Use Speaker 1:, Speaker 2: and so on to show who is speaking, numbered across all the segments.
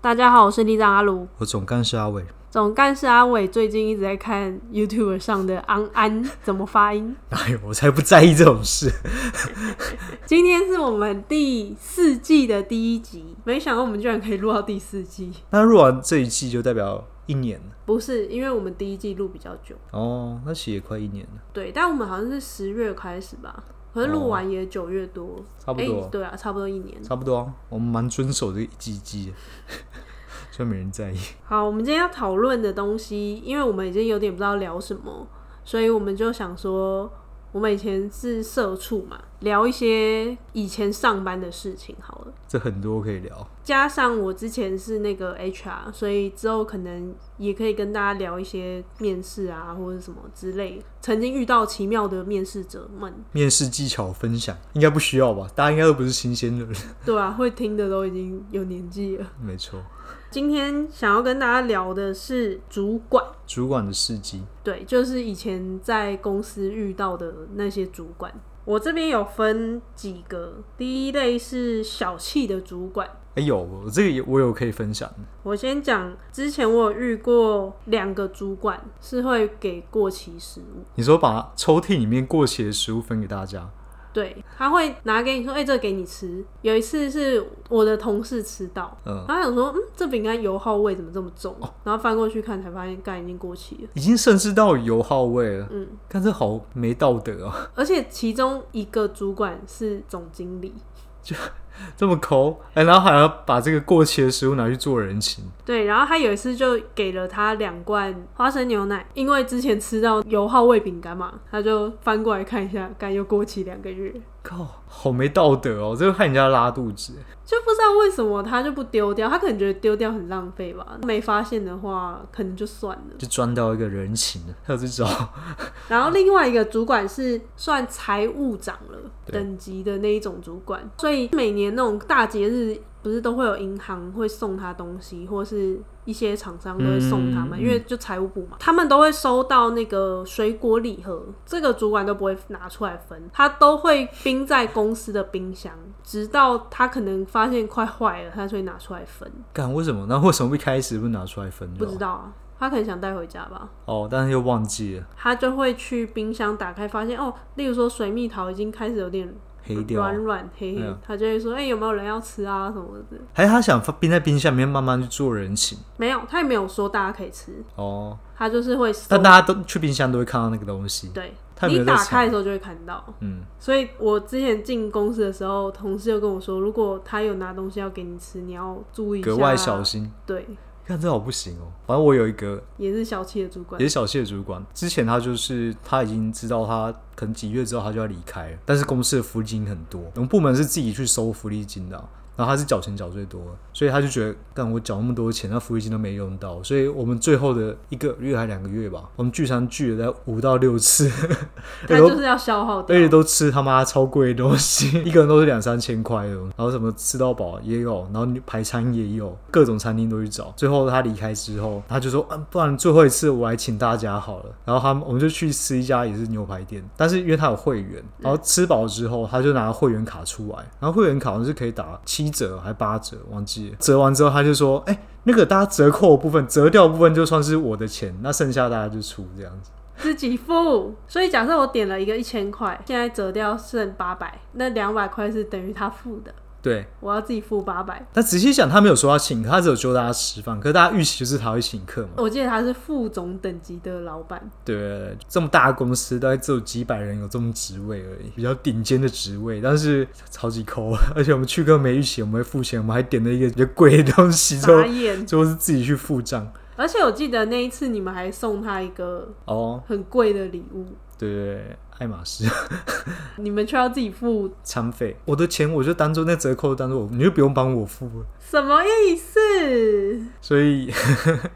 Speaker 1: 大家好，我是里长阿卢。
Speaker 2: 我总干事阿伟，
Speaker 1: 总干事阿伟最近一直在看 YouTube 上的安安怎么发音。
Speaker 2: 哎呦，我才不在意这种事。
Speaker 1: 今天是我们第四季的第一集，没想到我们居然可以录到第四季。
Speaker 2: 那录完这一季就代表一年了
Speaker 1: 不是，因为我们第一季录比较久，
Speaker 2: 哦，那其实也快一年了，
Speaker 1: 对，但我们好像是十月开始吧，可是录完也九月多，
Speaker 2: 哦差不多
Speaker 1: 诶对啊，差不多一年。
Speaker 2: 差不多、啊。我们蛮遵守这个一季一季 的，所以没人在意。
Speaker 1: 好，我们今天要讨论的东西，因为我们已经有点不知道聊什么，所以我们就想说，我们以前是社畜嘛，聊一些以前上班的事情好了。
Speaker 2: 这很多可以聊，
Speaker 1: 加上我之前是那个 HR，所以之后可能也可以跟大家聊一些面试啊，或者什么之类，曾经遇到奇妙的面试者们，
Speaker 2: 面试技巧分享应该不需要吧？大家应该都不是新鲜人，
Speaker 1: 对啊，会听的都已经有年纪了。
Speaker 2: 没错。
Speaker 1: 今天想要跟大家聊的是主管，
Speaker 2: 主管的事迹，
Speaker 1: 对，就是以前在公司遇到的那些主管。我这边有分几个，第一类是小气的主管，
Speaker 2: 哎有，我这个也我有可以分享的。
Speaker 1: 我先讲，之前我有遇过两个主管是会给过期食物，
Speaker 2: 你说把抽屉里面过期的食物分给大家，
Speaker 1: 对，他会拿给你说，哎、这个给你吃。有一次是我的同事吃到，
Speaker 2: 嗯，
Speaker 1: 然后想说，嗯，这饼干油耗味怎么这么重？然后翻过去看，才发现盖已经过期了。
Speaker 2: 已经甚至到油耗味了。
Speaker 1: 嗯，
Speaker 2: 看这好没道德啊，
Speaker 1: 而且其中一个主管是总经理，
Speaker 2: 这么抠，哎、然后还要把这个过期的食物拿去做人情。
Speaker 1: 对，然后他有一次就给了他两罐花生牛奶，因为之前吃到油耗味饼干嘛，他就翻过来看一下，干又过期两个月，
Speaker 2: 靠，好没道德哦！这个害人家拉肚子，
Speaker 1: 就不知道为什么他就不丢掉，他可能觉得丢掉很浪费吧，没发现的话可能就算了。
Speaker 2: 就赚到一个人情了。还有这招，
Speaker 1: 然后另外一个主管是算财务长了
Speaker 2: 对
Speaker 1: 等级的那一种主管，所以每年那种大节日不是都会有银行会送他东西，或是一些厂商都会送他们，
Speaker 2: 嗯
Speaker 1: 因为就财务部嘛，他们都会收到那个水果礼盒，这个主管都不会拿出来分，他都会冰在公司的冰箱，直到他可能发现快坏了，他才会拿出来分。
Speaker 2: 干为什么？那为什么一开始不拿出来分
Speaker 1: 不知
Speaker 2: 就好？
Speaker 1: 道啊，他可能想带回家吧。
Speaker 2: 哦，但是又忘记了，
Speaker 1: 他就会去冰箱打开，发现哦，例如说水蜜桃已经开始有点
Speaker 2: 黑掉
Speaker 1: 软。软黑
Speaker 2: 哎
Speaker 1: 黑
Speaker 2: 呀，
Speaker 1: 他就会说，哎、有没有人要吃啊什么的？
Speaker 2: 还是他想放冰在冰箱里面慢慢去做人情
Speaker 1: 没有，他也没有说大家可以吃，
Speaker 2: 哦，
Speaker 1: 他就是会收
Speaker 2: 但大家都去冰箱都会看到那个东西。
Speaker 1: 对，
Speaker 2: 他没
Speaker 1: 你
Speaker 2: 有在
Speaker 1: 打
Speaker 2: 吃
Speaker 1: 开的时候就会看到。
Speaker 2: 嗯，
Speaker 1: 所以我之前进公司的时候，同事就跟我说，如果他有拿东西要给你吃，你要注意一下，
Speaker 2: 格外小。心。
Speaker 1: 对，
Speaker 2: 看这好不行哦，反正我有一个
Speaker 1: 也是小气的主管
Speaker 2: 也。是小谢的主管，之前他就是他已经知道他可能几月之后他就要离开了，但是公司的福利金很多，我们部门是自己去收福利金的啊、然后他是缴钱缴最多的，所以他就觉得，干我缴那么多钱，那福利金都没用到，所以我们最后的一个月还两个月吧，我们聚餐聚了在五到六次，
Speaker 1: 他就是要消耗掉
Speaker 2: 而。且都吃他妈超贵的东西， 一个人都是两三千块的，然后什么吃到饱也有，然后你排餐也有，各种餐厅都去找。最后他离开之后，他就说，啊，不然最后一次我来请大家好了。然后他们我们就去吃一家也是牛排店，但是因为他有会员，然后吃饱之后他就拿会员卡出来，然后会员卡好像是可以打七折还八折，忘记了。折完之后他就说，哎、那个大家折扣的部分，折掉的部分就算是我的钱，那剩下大家就出这样子。
Speaker 1: 自己付。所以假设我点了一个一千块，现在折掉剩八百，那两百块是等于他付的，
Speaker 2: 对，
Speaker 1: 我要自己付八百。
Speaker 2: 那仔细想，他没有说要请客，他只有揪大家吃饭，可是大家预期就是他会请客嘛。
Speaker 1: 我记得他是副总等级的老板，
Speaker 2: 对对，对这么大的公司，大概只有几百人有这种职位而已，比较顶尖的职位，但是超级抠。而且我们去跟没预期，我们会付钱，我们还点了一个比较贵的东西，之后
Speaker 1: 傻眼。
Speaker 2: 最后是自己去付账。
Speaker 1: 而且我记得那一次你们还送他一个
Speaker 2: 哦，
Speaker 1: 很贵的礼物，
Speaker 2: 对对对，爱马仕
Speaker 1: 你们却要自己付，
Speaker 2: 餐费，我的钱我就当做那折扣当做我，你就不用帮我付了。
Speaker 1: 什么意思？
Speaker 2: 所以，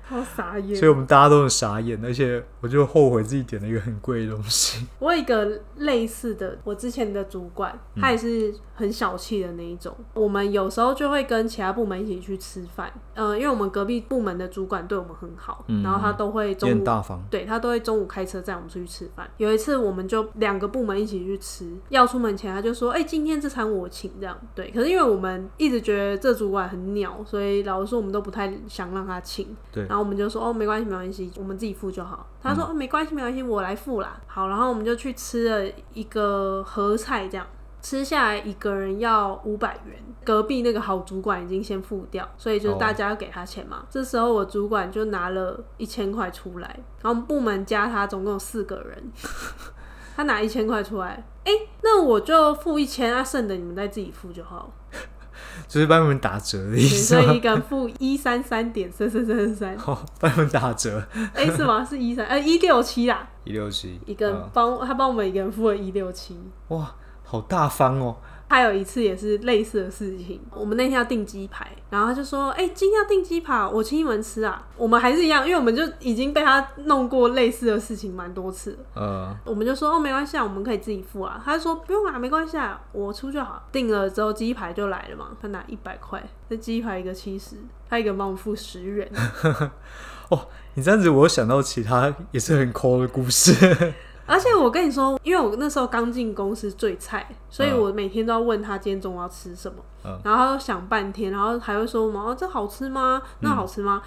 Speaker 1: 好傻眼
Speaker 2: 所以。我们大家都很傻眼，而且我就后悔自己点了一个很贵的东西。
Speaker 1: 我有一个类似的，我之前的主管，
Speaker 2: 嗯
Speaker 1: 他也是很小气的那一种。我们有时候就会跟其他部门一起去吃饭，嗯、因为我们隔壁部门的主管对我们很好，
Speaker 2: 嗯
Speaker 1: 然后他都会
Speaker 2: 也
Speaker 1: 中
Speaker 2: 很
Speaker 1: 午
Speaker 2: 大方
Speaker 1: 对他都会中午开车载我们出去吃饭。有一次我们就两个部门一起去吃，要出门前他就说：“哎、今天这餐我请。”这样对，可是因为我们一直觉得这主管很鸟，所以老实说我们都不太想让他请。
Speaker 2: 对嗯
Speaker 1: 然后我们就说哦，没关系，没关系，我们自己付就好。他说、哦，没关系，没关系，我来付啦。好，然后我们就去吃了一个合菜，这样吃下来一个人要五百元。隔壁那个好主管已经先付掉，所以就是
Speaker 2: 哦
Speaker 1: 大家要给他钱嘛。
Speaker 2: 嗯
Speaker 1: 这时候我主管就拿了一千块出来，然后我们部门加他总共有四个人， 他拿一千块出来，哎、那我就付一千，啊，剩的你们再自己付就好。
Speaker 2: 就是帮你们打折的意
Speaker 1: 对
Speaker 2: 思
Speaker 1: 所以一
Speaker 2: 吗？
Speaker 1: 个人付一三三点三三三三，
Speaker 2: 好，帮你们哦打折，
Speaker 1: 哎、是吗？是一三呃一六七啦，
Speaker 2: 一六七嗯
Speaker 1: 一个人帮、他帮我们一个人付了一六七。
Speaker 2: 哇，好大方哦！
Speaker 1: 还有一次也是类似的事情，我们那天要订鸡排，然后他就说：“哎、今天要订鸡排，我请你们吃啊。”我们还是一样，因为我们就已经被他弄过类似的事情蛮多次了。
Speaker 2: 呃，
Speaker 1: 我们就说哦，没关系啊，我们可以自己付啊。他就说不用啊，没关系啊，我出就好。订了之后鸡排就来了嘛，他拿一百块，那鸡排一个七十，他一个人帮我付十元，
Speaker 2: 你这样子，我又想到其他也是很抠的故事。
Speaker 1: 而且我跟你说，因为我那时候刚进公司最菜，所以我每天都要问他今天中午要吃什么，
Speaker 2: 嗯
Speaker 1: 然后他都想半天，然后还会说什么、哦、这好吃吗？那好吃吗？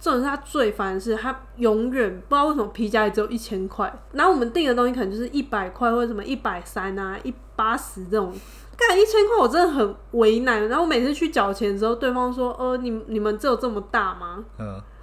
Speaker 1: 这种是他最烦的是，他永远不知道为什么皮夹里只有一千块，然后我们订的东西可能就是一百块或者什么一百三啊、一八十这种。干一千块我真的很为难，然后我每次去缴钱的时候，对方说：“呃，你你们只有这么大吗
Speaker 2: 嗯、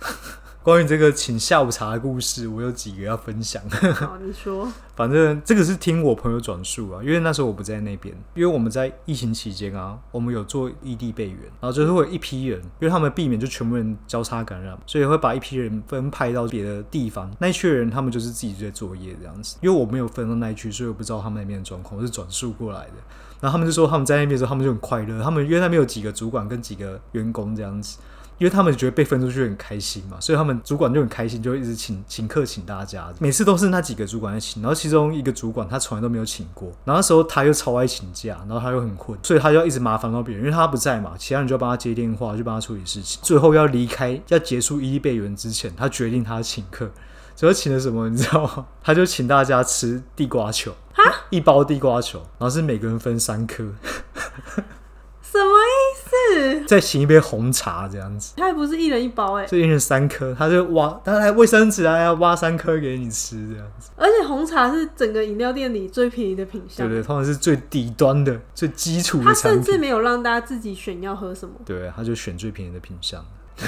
Speaker 2: 关于这个请下午茶的故事，我有几个要分享。？”
Speaker 1: 好，你说，
Speaker 2: 反正这个是听我朋友转述啊，因为那时候我不在那边，因为我们在疫情期间啊，我们有做异地备援，然后就是会有一批人，因为他们避免就全部人交叉感染，所以会把一批人分派到别的地方。那一群人他们就是自己在作业这样子，因为我没有分到那一区，所以我不知道他们那边的状况，我是转述过来的。然后他们就说他们在那边的时候，他们就很快乐，他们因为那边有几个主管跟几个员工这样子。因为他们觉得被分出去很开心嘛，所以他们主管就很开心，就会一直请请客请大家，每次都是那几个主管在请，然后其中一个主管他从来都没有请过，然后那时候他又超爱请假，然后他又很困，所以他就要一直麻烦到别人，因为他不在嘛，其他人就要帮他接电话，就帮他处理事情。最后要离开要结束异地备援之前，他决定他请客，结果请了什么你知道吗？ 他就请大家吃地瓜球，一包地瓜球，然后是每个人分三颗，
Speaker 1: 什么意思？
Speaker 2: 再请一杯红茶这样子。
Speaker 1: 他还不是一人一包哎、
Speaker 2: 最近是三颗，他就挖，他还卫生纸还啊要挖三颗给你吃，这样子，
Speaker 1: 而且红茶是整个饮料店里最便宜的品
Speaker 2: 对
Speaker 1: 相，
Speaker 2: 不对？通常是最底端的、最基础
Speaker 1: 他
Speaker 2: 的产
Speaker 1: 甚
Speaker 2: 品
Speaker 1: 至，没有让大家自己选要喝什么。
Speaker 2: 对，他就选最便宜的品相，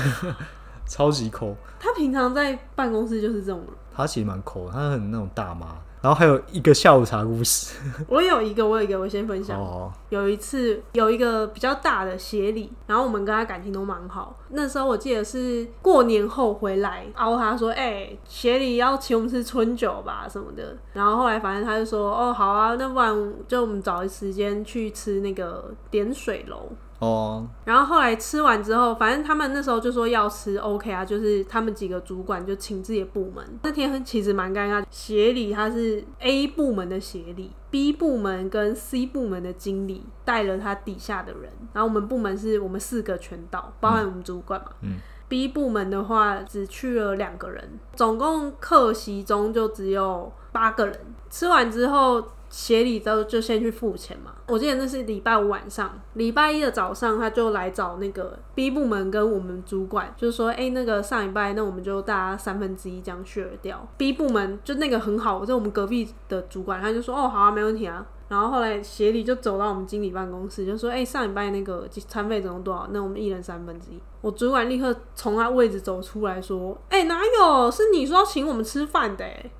Speaker 2: 超级抠，
Speaker 1: 他平常在办公室就是这种人。
Speaker 2: 他其实蛮抠，他很那种大妈。然后还有一个下午茶故事，
Speaker 1: 我有一个，我有一个，我先分享。
Speaker 2: 哦，
Speaker 1: 有一次有一个比较大的协理，然后我们跟他感情都蛮好。那时候我记得是过年后回来，凹他说：“哎、协理要请我们吃春酒吧什么的。”然后后来反正他就说：“哦，好啊，那不然就我们找一时间去吃那个点水楼。”
Speaker 2: 哦，
Speaker 1: 然后后来吃完之后，反正他们那时候就说要吃 OK 啊，就是他们几个主管就请自己的部门。那天其实蛮尴尬，协理他是 A 部门的协理，B 部门跟 C 部门的经理带了他底下的人，然后我们部门是我们四个全到，包含我们主管嘛。
Speaker 2: 嗯
Speaker 1: B 部门的话，只去了两个人，总共客席中就只有八个人。吃完之后，协理都就先去付钱嘛。我记得那是礼拜五晚上，礼拜一的早上他就来找那个 B 部门跟我们主管，就说：“哎、那个上礼拜那我们就大家三分之一这样 share 掉。”B 部门就那个很好，就我们隔壁的主管，他就说：“哦，好啊，没问题啊。”然后后来协理就走到我们经理办公室，就说：“哎、上礼拜那个餐费总共多少？那我们一人三分之一。”我主管立刻从他位置走出来说：“哎、哪有？是你说要请我们吃饭的、欸。”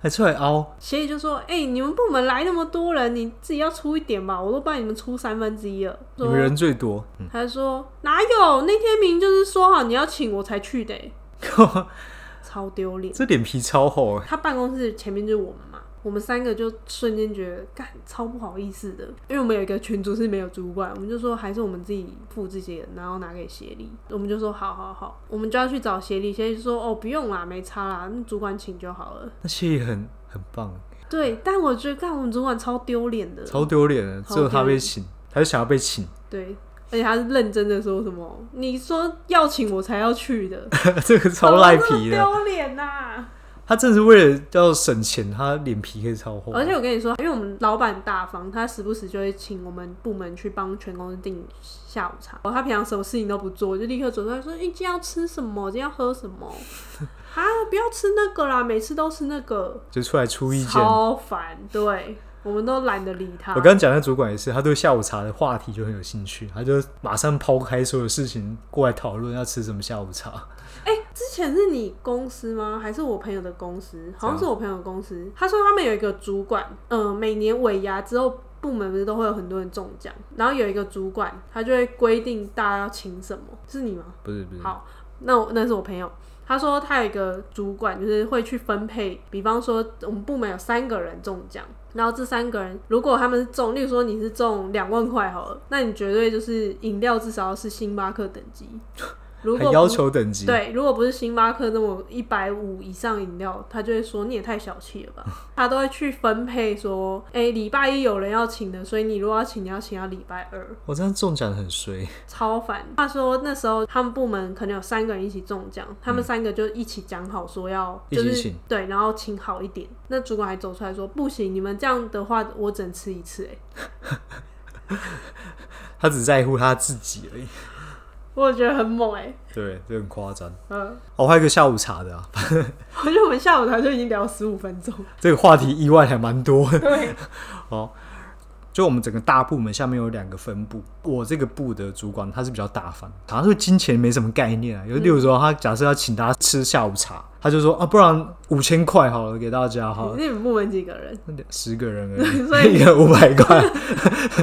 Speaker 2: 还出来凹，
Speaker 1: 协理就说：“哎、你们部门来那么多人，你自己要出一点吧，我都帮你们出三分之一了。”
Speaker 2: 你
Speaker 1: 说
Speaker 2: 们人最多， 嗯，
Speaker 1: 他说：“哪有？那天明明就是说好你要请我才去的、欸，超丢脸。”
Speaker 2: 这脸皮超厚哎，
Speaker 1: 他办公室前面就是我们嘛，我们三个就瞬间觉得干超不好意思的，因为我们有一个群主是没有主管，我们就说还是我们自己付自己的，然后拿给协理，我们就说好好好，我们就要去找协理，协理就说哦不用啦，没差啦，那主管请就好了。
Speaker 2: 那其实也很很棒，
Speaker 1: 对，但我觉得干我们主管超丢脸的，
Speaker 2: 超丢脸的，
Speaker 1: 超
Speaker 2: 只有他
Speaker 1: 丢
Speaker 2: 被
Speaker 1: 脸
Speaker 2: 请，他就想要被请，
Speaker 1: 对，而且他是认真的说什么，你说要请我才要去的，
Speaker 2: 这个 超赖
Speaker 1: 怎 么
Speaker 2: 皮的。
Speaker 1: 这么丢脸呐！
Speaker 2: 他真的是为了要省钱，他脸皮可以超厚。啊
Speaker 1: 而且我跟你说，因为我们老板大方，他时不时就会请我们部门去帮全公司订下午茶。他平常什么事情都不做，就立刻走出来说：“哎你今天要吃什么？今天要喝什么？ 啊，不要吃那个啦，每次都吃那个，
Speaker 2: 就出来出意见。
Speaker 1: 超烦。”对，我们都懒得理他
Speaker 2: 我。刚刚讲那主管也是，他对下午茶的话题就很有兴趣，他就马上抛开所有事情过来讨论要吃什么下午茶。
Speaker 1: 之前是你公司吗？还是我朋友的公司？好像是我朋友的公司。他说他们有一个主管，嗯、每年尾牙之后，部门不是都会有很多人中奖，然后有一个主管，他就会规定大家要请什么，是你吗？
Speaker 2: 不是不是，
Speaker 1: 好，那我那是我朋友，他说他有一个主管，就是会去分配，比方说我们部门有三个人中奖，然后这三个人如果他们是中，例如说你是中两万块好了，那你绝对就是饮料至少要是星巴克等级。如果
Speaker 2: 很要
Speaker 1: 不
Speaker 2: 求等级。
Speaker 1: 对，如果不是星巴克那么一百五以上饮料，他就会说你也太小气了 吧。他都会去分配说，哎、礼拜一有人要请的，所以你如果要请，你要请到礼拜二。
Speaker 2: 我这样中奖很衰，
Speaker 1: 超烦。他说那时候他们部门可能有三个人一起中奖，他们三个就一起讲好说要
Speaker 2: 嗯一
Speaker 1: 就
Speaker 2: 起
Speaker 1: 是
Speaker 2: 请
Speaker 1: 对，然后请好一点。那主管还走出来说不行，你们这样的话我只能吃一次、欸。
Speaker 2: 他只在乎他自己而已。
Speaker 1: 我觉得很猛哎、欸
Speaker 2: 对，这很夸张。
Speaker 1: 嗯，
Speaker 2: 哦，还有一个下午茶的啊，
Speaker 1: 我觉得我们下午茶就已经聊十五分钟，
Speaker 2: 这个话题意外还蛮多的。
Speaker 1: 对，
Speaker 2: 哦，就我们整个大部门下面有两个分部，我这个部的主管他是比较大方，好像对金钱没什么概念啊。有例如说，他假设要请大家吃下午茶，他就说啊，不然五千块好了，给大家好了。
Speaker 1: 你们部门几个人？
Speaker 2: 十个人
Speaker 1: 所
Speaker 2: 而已，
Speaker 1: 以
Speaker 2: 一个五百块，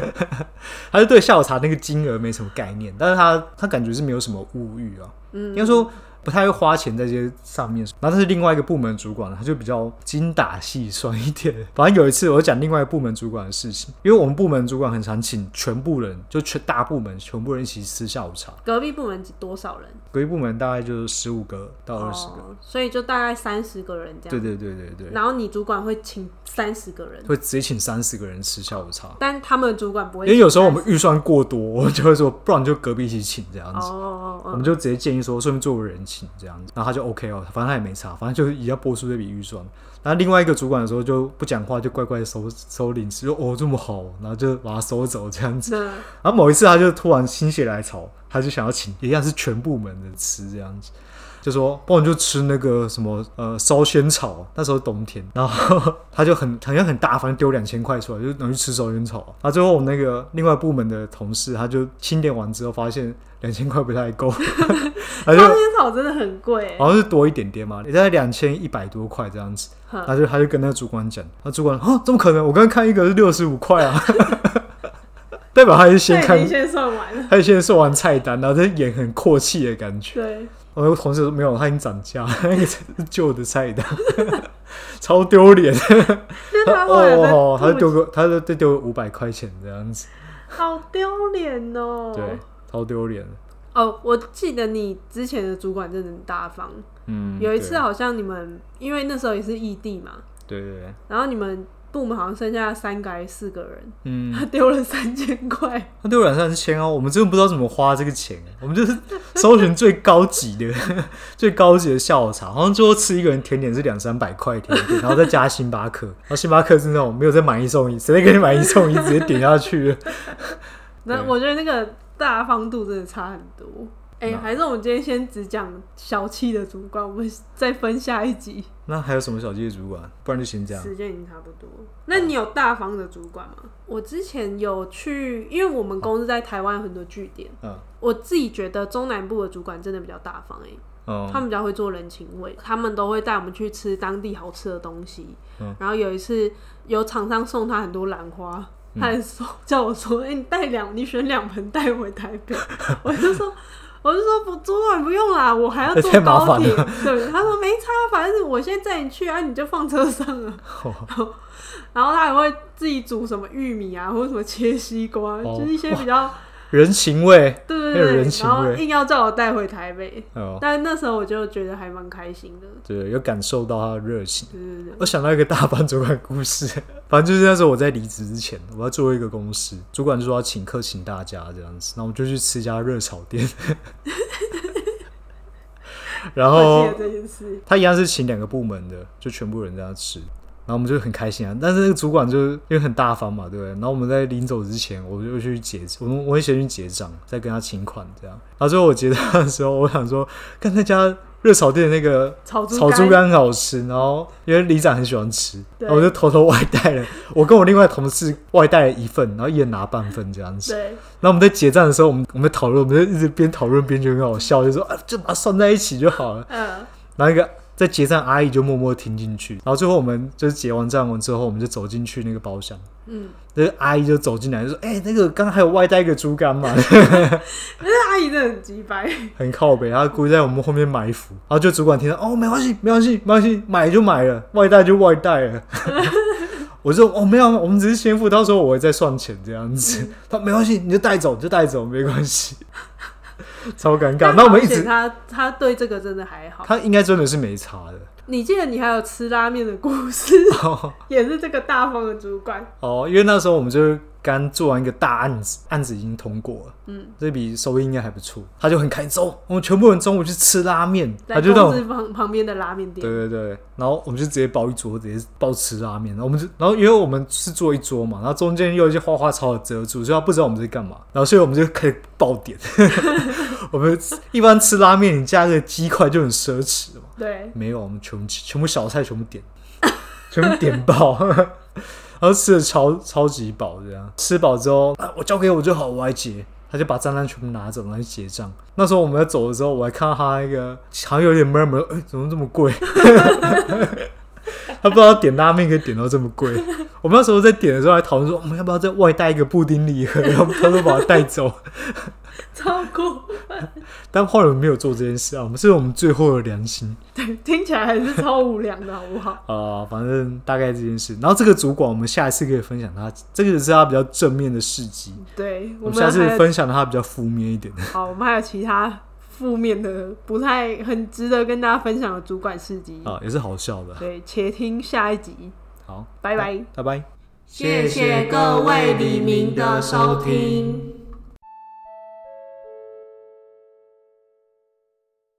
Speaker 2: 他就对下午茶那个金额没什么概念，但是他他感觉是没有什么物欲啊，
Speaker 1: 嗯
Speaker 2: 应该说不太会花钱在这些上面。然后但是另外一个部门主管，他就比较精打细算一点。反正有一次我讲另外一个部门主管的事情，因为我们部门主管很常请全部人，就全大部门全部人一起吃下午茶，
Speaker 1: 隔壁部门几多少人？
Speaker 2: 隔壁部门大概就是十五个到二十个，
Speaker 1: 哦，所以就大概三十个人这
Speaker 2: 对
Speaker 1: 样。
Speaker 2: 对对对对，
Speaker 1: 然后你主管会请三十个人，
Speaker 2: 会直接请三十个人吃下午茶。
Speaker 1: 但他们的主管不会
Speaker 2: 因
Speaker 1: 请30。
Speaker 2: 为有时候我们预算过多，我就会说，不然就隔壁一起请这样
Speaker 1: 哦
Speaker 2: 子。
Speaker 1: 哦
Speaker 2: 我
Speaker 1: 哦
Speaker 2: 们就直接建议说，顺便做个人请这样子，然后他就 OK 哦，反正他也没差，反正就是也要拨出这笔预算。然后另外一个主管的时候就不讲话，就乖乖收收零食，就哦这么好，然后就把它收走这样子。
Speaker 1: 那
Speaker 2: 然后某一次他就突然心血来潮，他就想要请一样是全部门的吃这样子，就说不然就吃那个什么呃烧仙草，那时候冬天，然后 他就很好像很大方丢两千块出来，就拿去吃烧仙草。然后最后我们那个另外部门的同事他就清点完之后发现两千块不太够， 他就
Speaker 1: 烧仙草真的很贵欸，
Speaker 2: 好像是多一点点嘛，也在两千一百多块这样子。
Speaker 1: 哼
Speaker 2: 他就他就跟那个主管讲，那主管啊怎么可能？我刚刚看一个是六十五块啊， 代表他是先
Speaker 1: 他已
Speaker 2: 看
Speaker 1: 经先算完了。
Speaker 2: 他现在送完菜单，然后在演很阔气的感觉。
Speaker 1: 对，
Speaker 2: 我有同事说没有，他已经涨价，那个是旧的菜单， 超丢脸。
Speaker 1: 就是他啊后来
Speaker 2: 哦，他
Speaker 1: 在
Speaker 2: 就丢个，他就再丢五百块钱这样子，
Speaker 1: 好丢脸哦。
Speaker 2: 对，超丢脸。
Speaker 1: 哦，我记得你之前的主管真的很大方。
Speaker 2: 嗯，
Speaker 1: 有一次啊
Speaker 2: 对，
Speaker 1: 好像你们，因为那时候也是异地嘛，
Speaker 2: 对对对，
Speaker 1: 然后你们部门好像剩下三个还是四个人，
Speaker 2: 嗯，
Speaker 1: 他丢了三千块，
Speaker 2: 他丢两三千哦，我们真的不知道怎么花这个钱，啊我们就是搜寻最高级的、 最高级的下午茶，好像最后吃一个人甜点是两三百块甜点，然后再加星巴克，然后星巴克是那种没有再买一送一，谁再给你买一送一，直接点下去了。
Speaker 1: 那
Speaker 2: 对
Speaker 1: 我觉得那个大方度真的差很多。哎、
Speaker 2: 那
Speaker 1: 还是我们今天先只讲小气的主管，我们再分下一集，
Speaker 2: 那还有什么小鸡的主管？不然就先这样。
Speaker 1: 时间已经差不多。那你有大方的主管吗？我之前有去，因为我们公司在台湾有很多据点，
Speaker 2: 嗯
Speaker 1: 我自己觉得中南部的主管真的比较大方哎、他
Speaker 2: 嗯，
Speaker 1: 们比较会做人情味，他们都会带我们去吃当地好吃的东西。
Speaker 2: 嗯
Speaker 1: 然后有一次有厂商送他很多兰花，
Speaker 2: 嗯
Speaker 1: 他还说、叫我说：“哎、你带两，你选两盆带回台北。”我就说：“我就说不，主管不用啦，我还要坐
Speaker 2: 太麻
Speaker 1: 高
Speaker 2: 烦
Speaker 1: 铁
Speaker 2: 了。
Speaker 1: 对，他说没差，反正我先载你去啊，你就放车上了。
Speaker 2: 哦
Speaker 1: 然后他还会自己煮什么玉米啊，或者什么切西瓜，
Speaker 2: 哦
Speaker 1: 就是一些比较
Speaker 2: 人情味，
Speaker 1: 对对
Speaker 2: 还
Speaker 1: 对
Speaker 2: 有人
Speaker 1: 对，
Speaker 2: 情
Speaker 1: 然后
Speaker 2: 味
Speaker 1: 硬要叫我带回台北。
Speaker 2: 哦，
Speaker 1: 但那时候我就觉得还蛮开心的，
Speaker 2: 对，有感受到他的热情。
Speaker 1: 对对对，
Speaker 2: 我想到一个大班主管故事， 反正就是那时候我在离职之前，我要做一个公司，主管就说要请客请大家这样子，那我们就去吃一家热炒店， 然
Speaker 1: 我
Speaker 2: 后
Speaker 1: 记得这件事，
Speaker 2: 他一样是请两个部门的，就全部人在那吃。然后我们就很开心啊，但是那个主管就是因为很大方嘛，对不对？然后我们在临走之前，我就去结，我们我会先去结账，再跟他请款这样。然后最后我结账的时候，我想说，看那家热炒店的那个
Speaker 1: 炒猪
Speaker 2: 炒
Speaker 1: 肝
Speaker 2: 猪肝很好吃，然后因为里长很喜欢吃，
Speaker 1: 对
Speaker 2: 然后我就偷偷外带了，我跟我另外同事外带了一份，然后一人拿半份这样子。
Speaker 1: 对，
Speaker 2: 然后我们在结账的时候，我们我们讨论，我们就一直边讨论边觉得很好笑，就说啊，就把它算在一起就好了。
Speaker 1: 嗯，
Speaker 2: 然后一个在结账阿姨就默默听进去，然后最后我们就是结完账完之后，我们就走进去那个包厢，
Speaker 1: 嗯，
Speaker 2: 那个阿姨就走进来就说：“哎、那个刚刚还有外带一个猪肝嘛，
Speaker 1: 但是阿姨真的很鸡 掰，
Speaker 2: 很靠北。”她故意在我们后面埋伏，然后就主管听到：“哦，没关系，没关系，没关系，买就买了，外带就外带了。” 我说：“哦，没有，我们只是先付，到时候我会再算钱这样子。”
Speaker 1: 嗯
Speaker 2: 他说：“没关系，你就带走，你就带走，没关系。”超尴尬。
Speaker 1: 但
Speaker 2: 那我们
Speaker 1: 好
Speaker 2: 一
Speaker 1: 险啊
Speaker 2: 直，
Speaker 1: 他他对这个真的还好。
Speaker 2: 他应该真的是没查的。
Speaker 1: 你记得你还有吃拉面的故事， 也是这个大方的主管，
Speaker 2: 哦，因为那时候我们就是刚做完一个大案子，案子已经通过了，嗯，这笔收益应该还不错。他就很开心，走，我们全部人中午去吃拉面，
Speaker 1: 在
Speaker 2: 他就让
Speaker 1: 公
Speaker 2: 我。
Speaker 1: 司旁旁边的拉面
Speaker 2: 对
Speaker 1: 店，
Speaker 2: 对对，然后我们就直接包一桌，直接包吃拉面。然后我们就，然后因为我们是坐一桌嘛，然后中间又有一些花花草草遮住，所以他不知道我们在干嘛。然后所以我们就开始爆点。 我们一般吃拉面，你加个鸡块就很奢侈嘛。
Speaker 1: 对，
Speaker 2: 没有，我们全部全部小菜全部点， 全部点爆， 然后吃的超超级饱，这样吃饱之后、啊，我交给我就好，我来结。他就把账单全部拿走，然后去结账。那时候我们要走的时候，我还看到他那个好像有点闷闷，哎、怎么这么贵？ 他不知道点拉面可以点到这么贵。我们那时候在点的时候还讨论说，我们要不要再外带一个布丁礼盒， 然后偷偷把它带走。
Speaker 1: 超 过，
Speaker 2: 但后来我们没有做这件事啊，我们是我们最后的良心。
Speaker 1: 听起来还是超无良的好不好？
Speaker 2: 啊、反正大概这件事。然后这个主管，我们下一次可以分享他，这个是他比较正面的事迹。
Speaker 1: 对，我
Speaker 2: 我们下
Speaker 1: 们
Speaker 2: 次
Speaker 1: 还有
Speaker 2: 分享他比较负面一点的。
Speaker 1: 好，我们还有其他负面的，不太很值得跟大家分享的主管事迹，
Speaker 2: 啊，也是好笑的。
Speaker 1: 对，且听下一集，
Speaker 2: 好，
Speaker 1: 拜拜。
Speaker 2: 拜拜。
Speaker 1: 谢谢各位黎明的收听。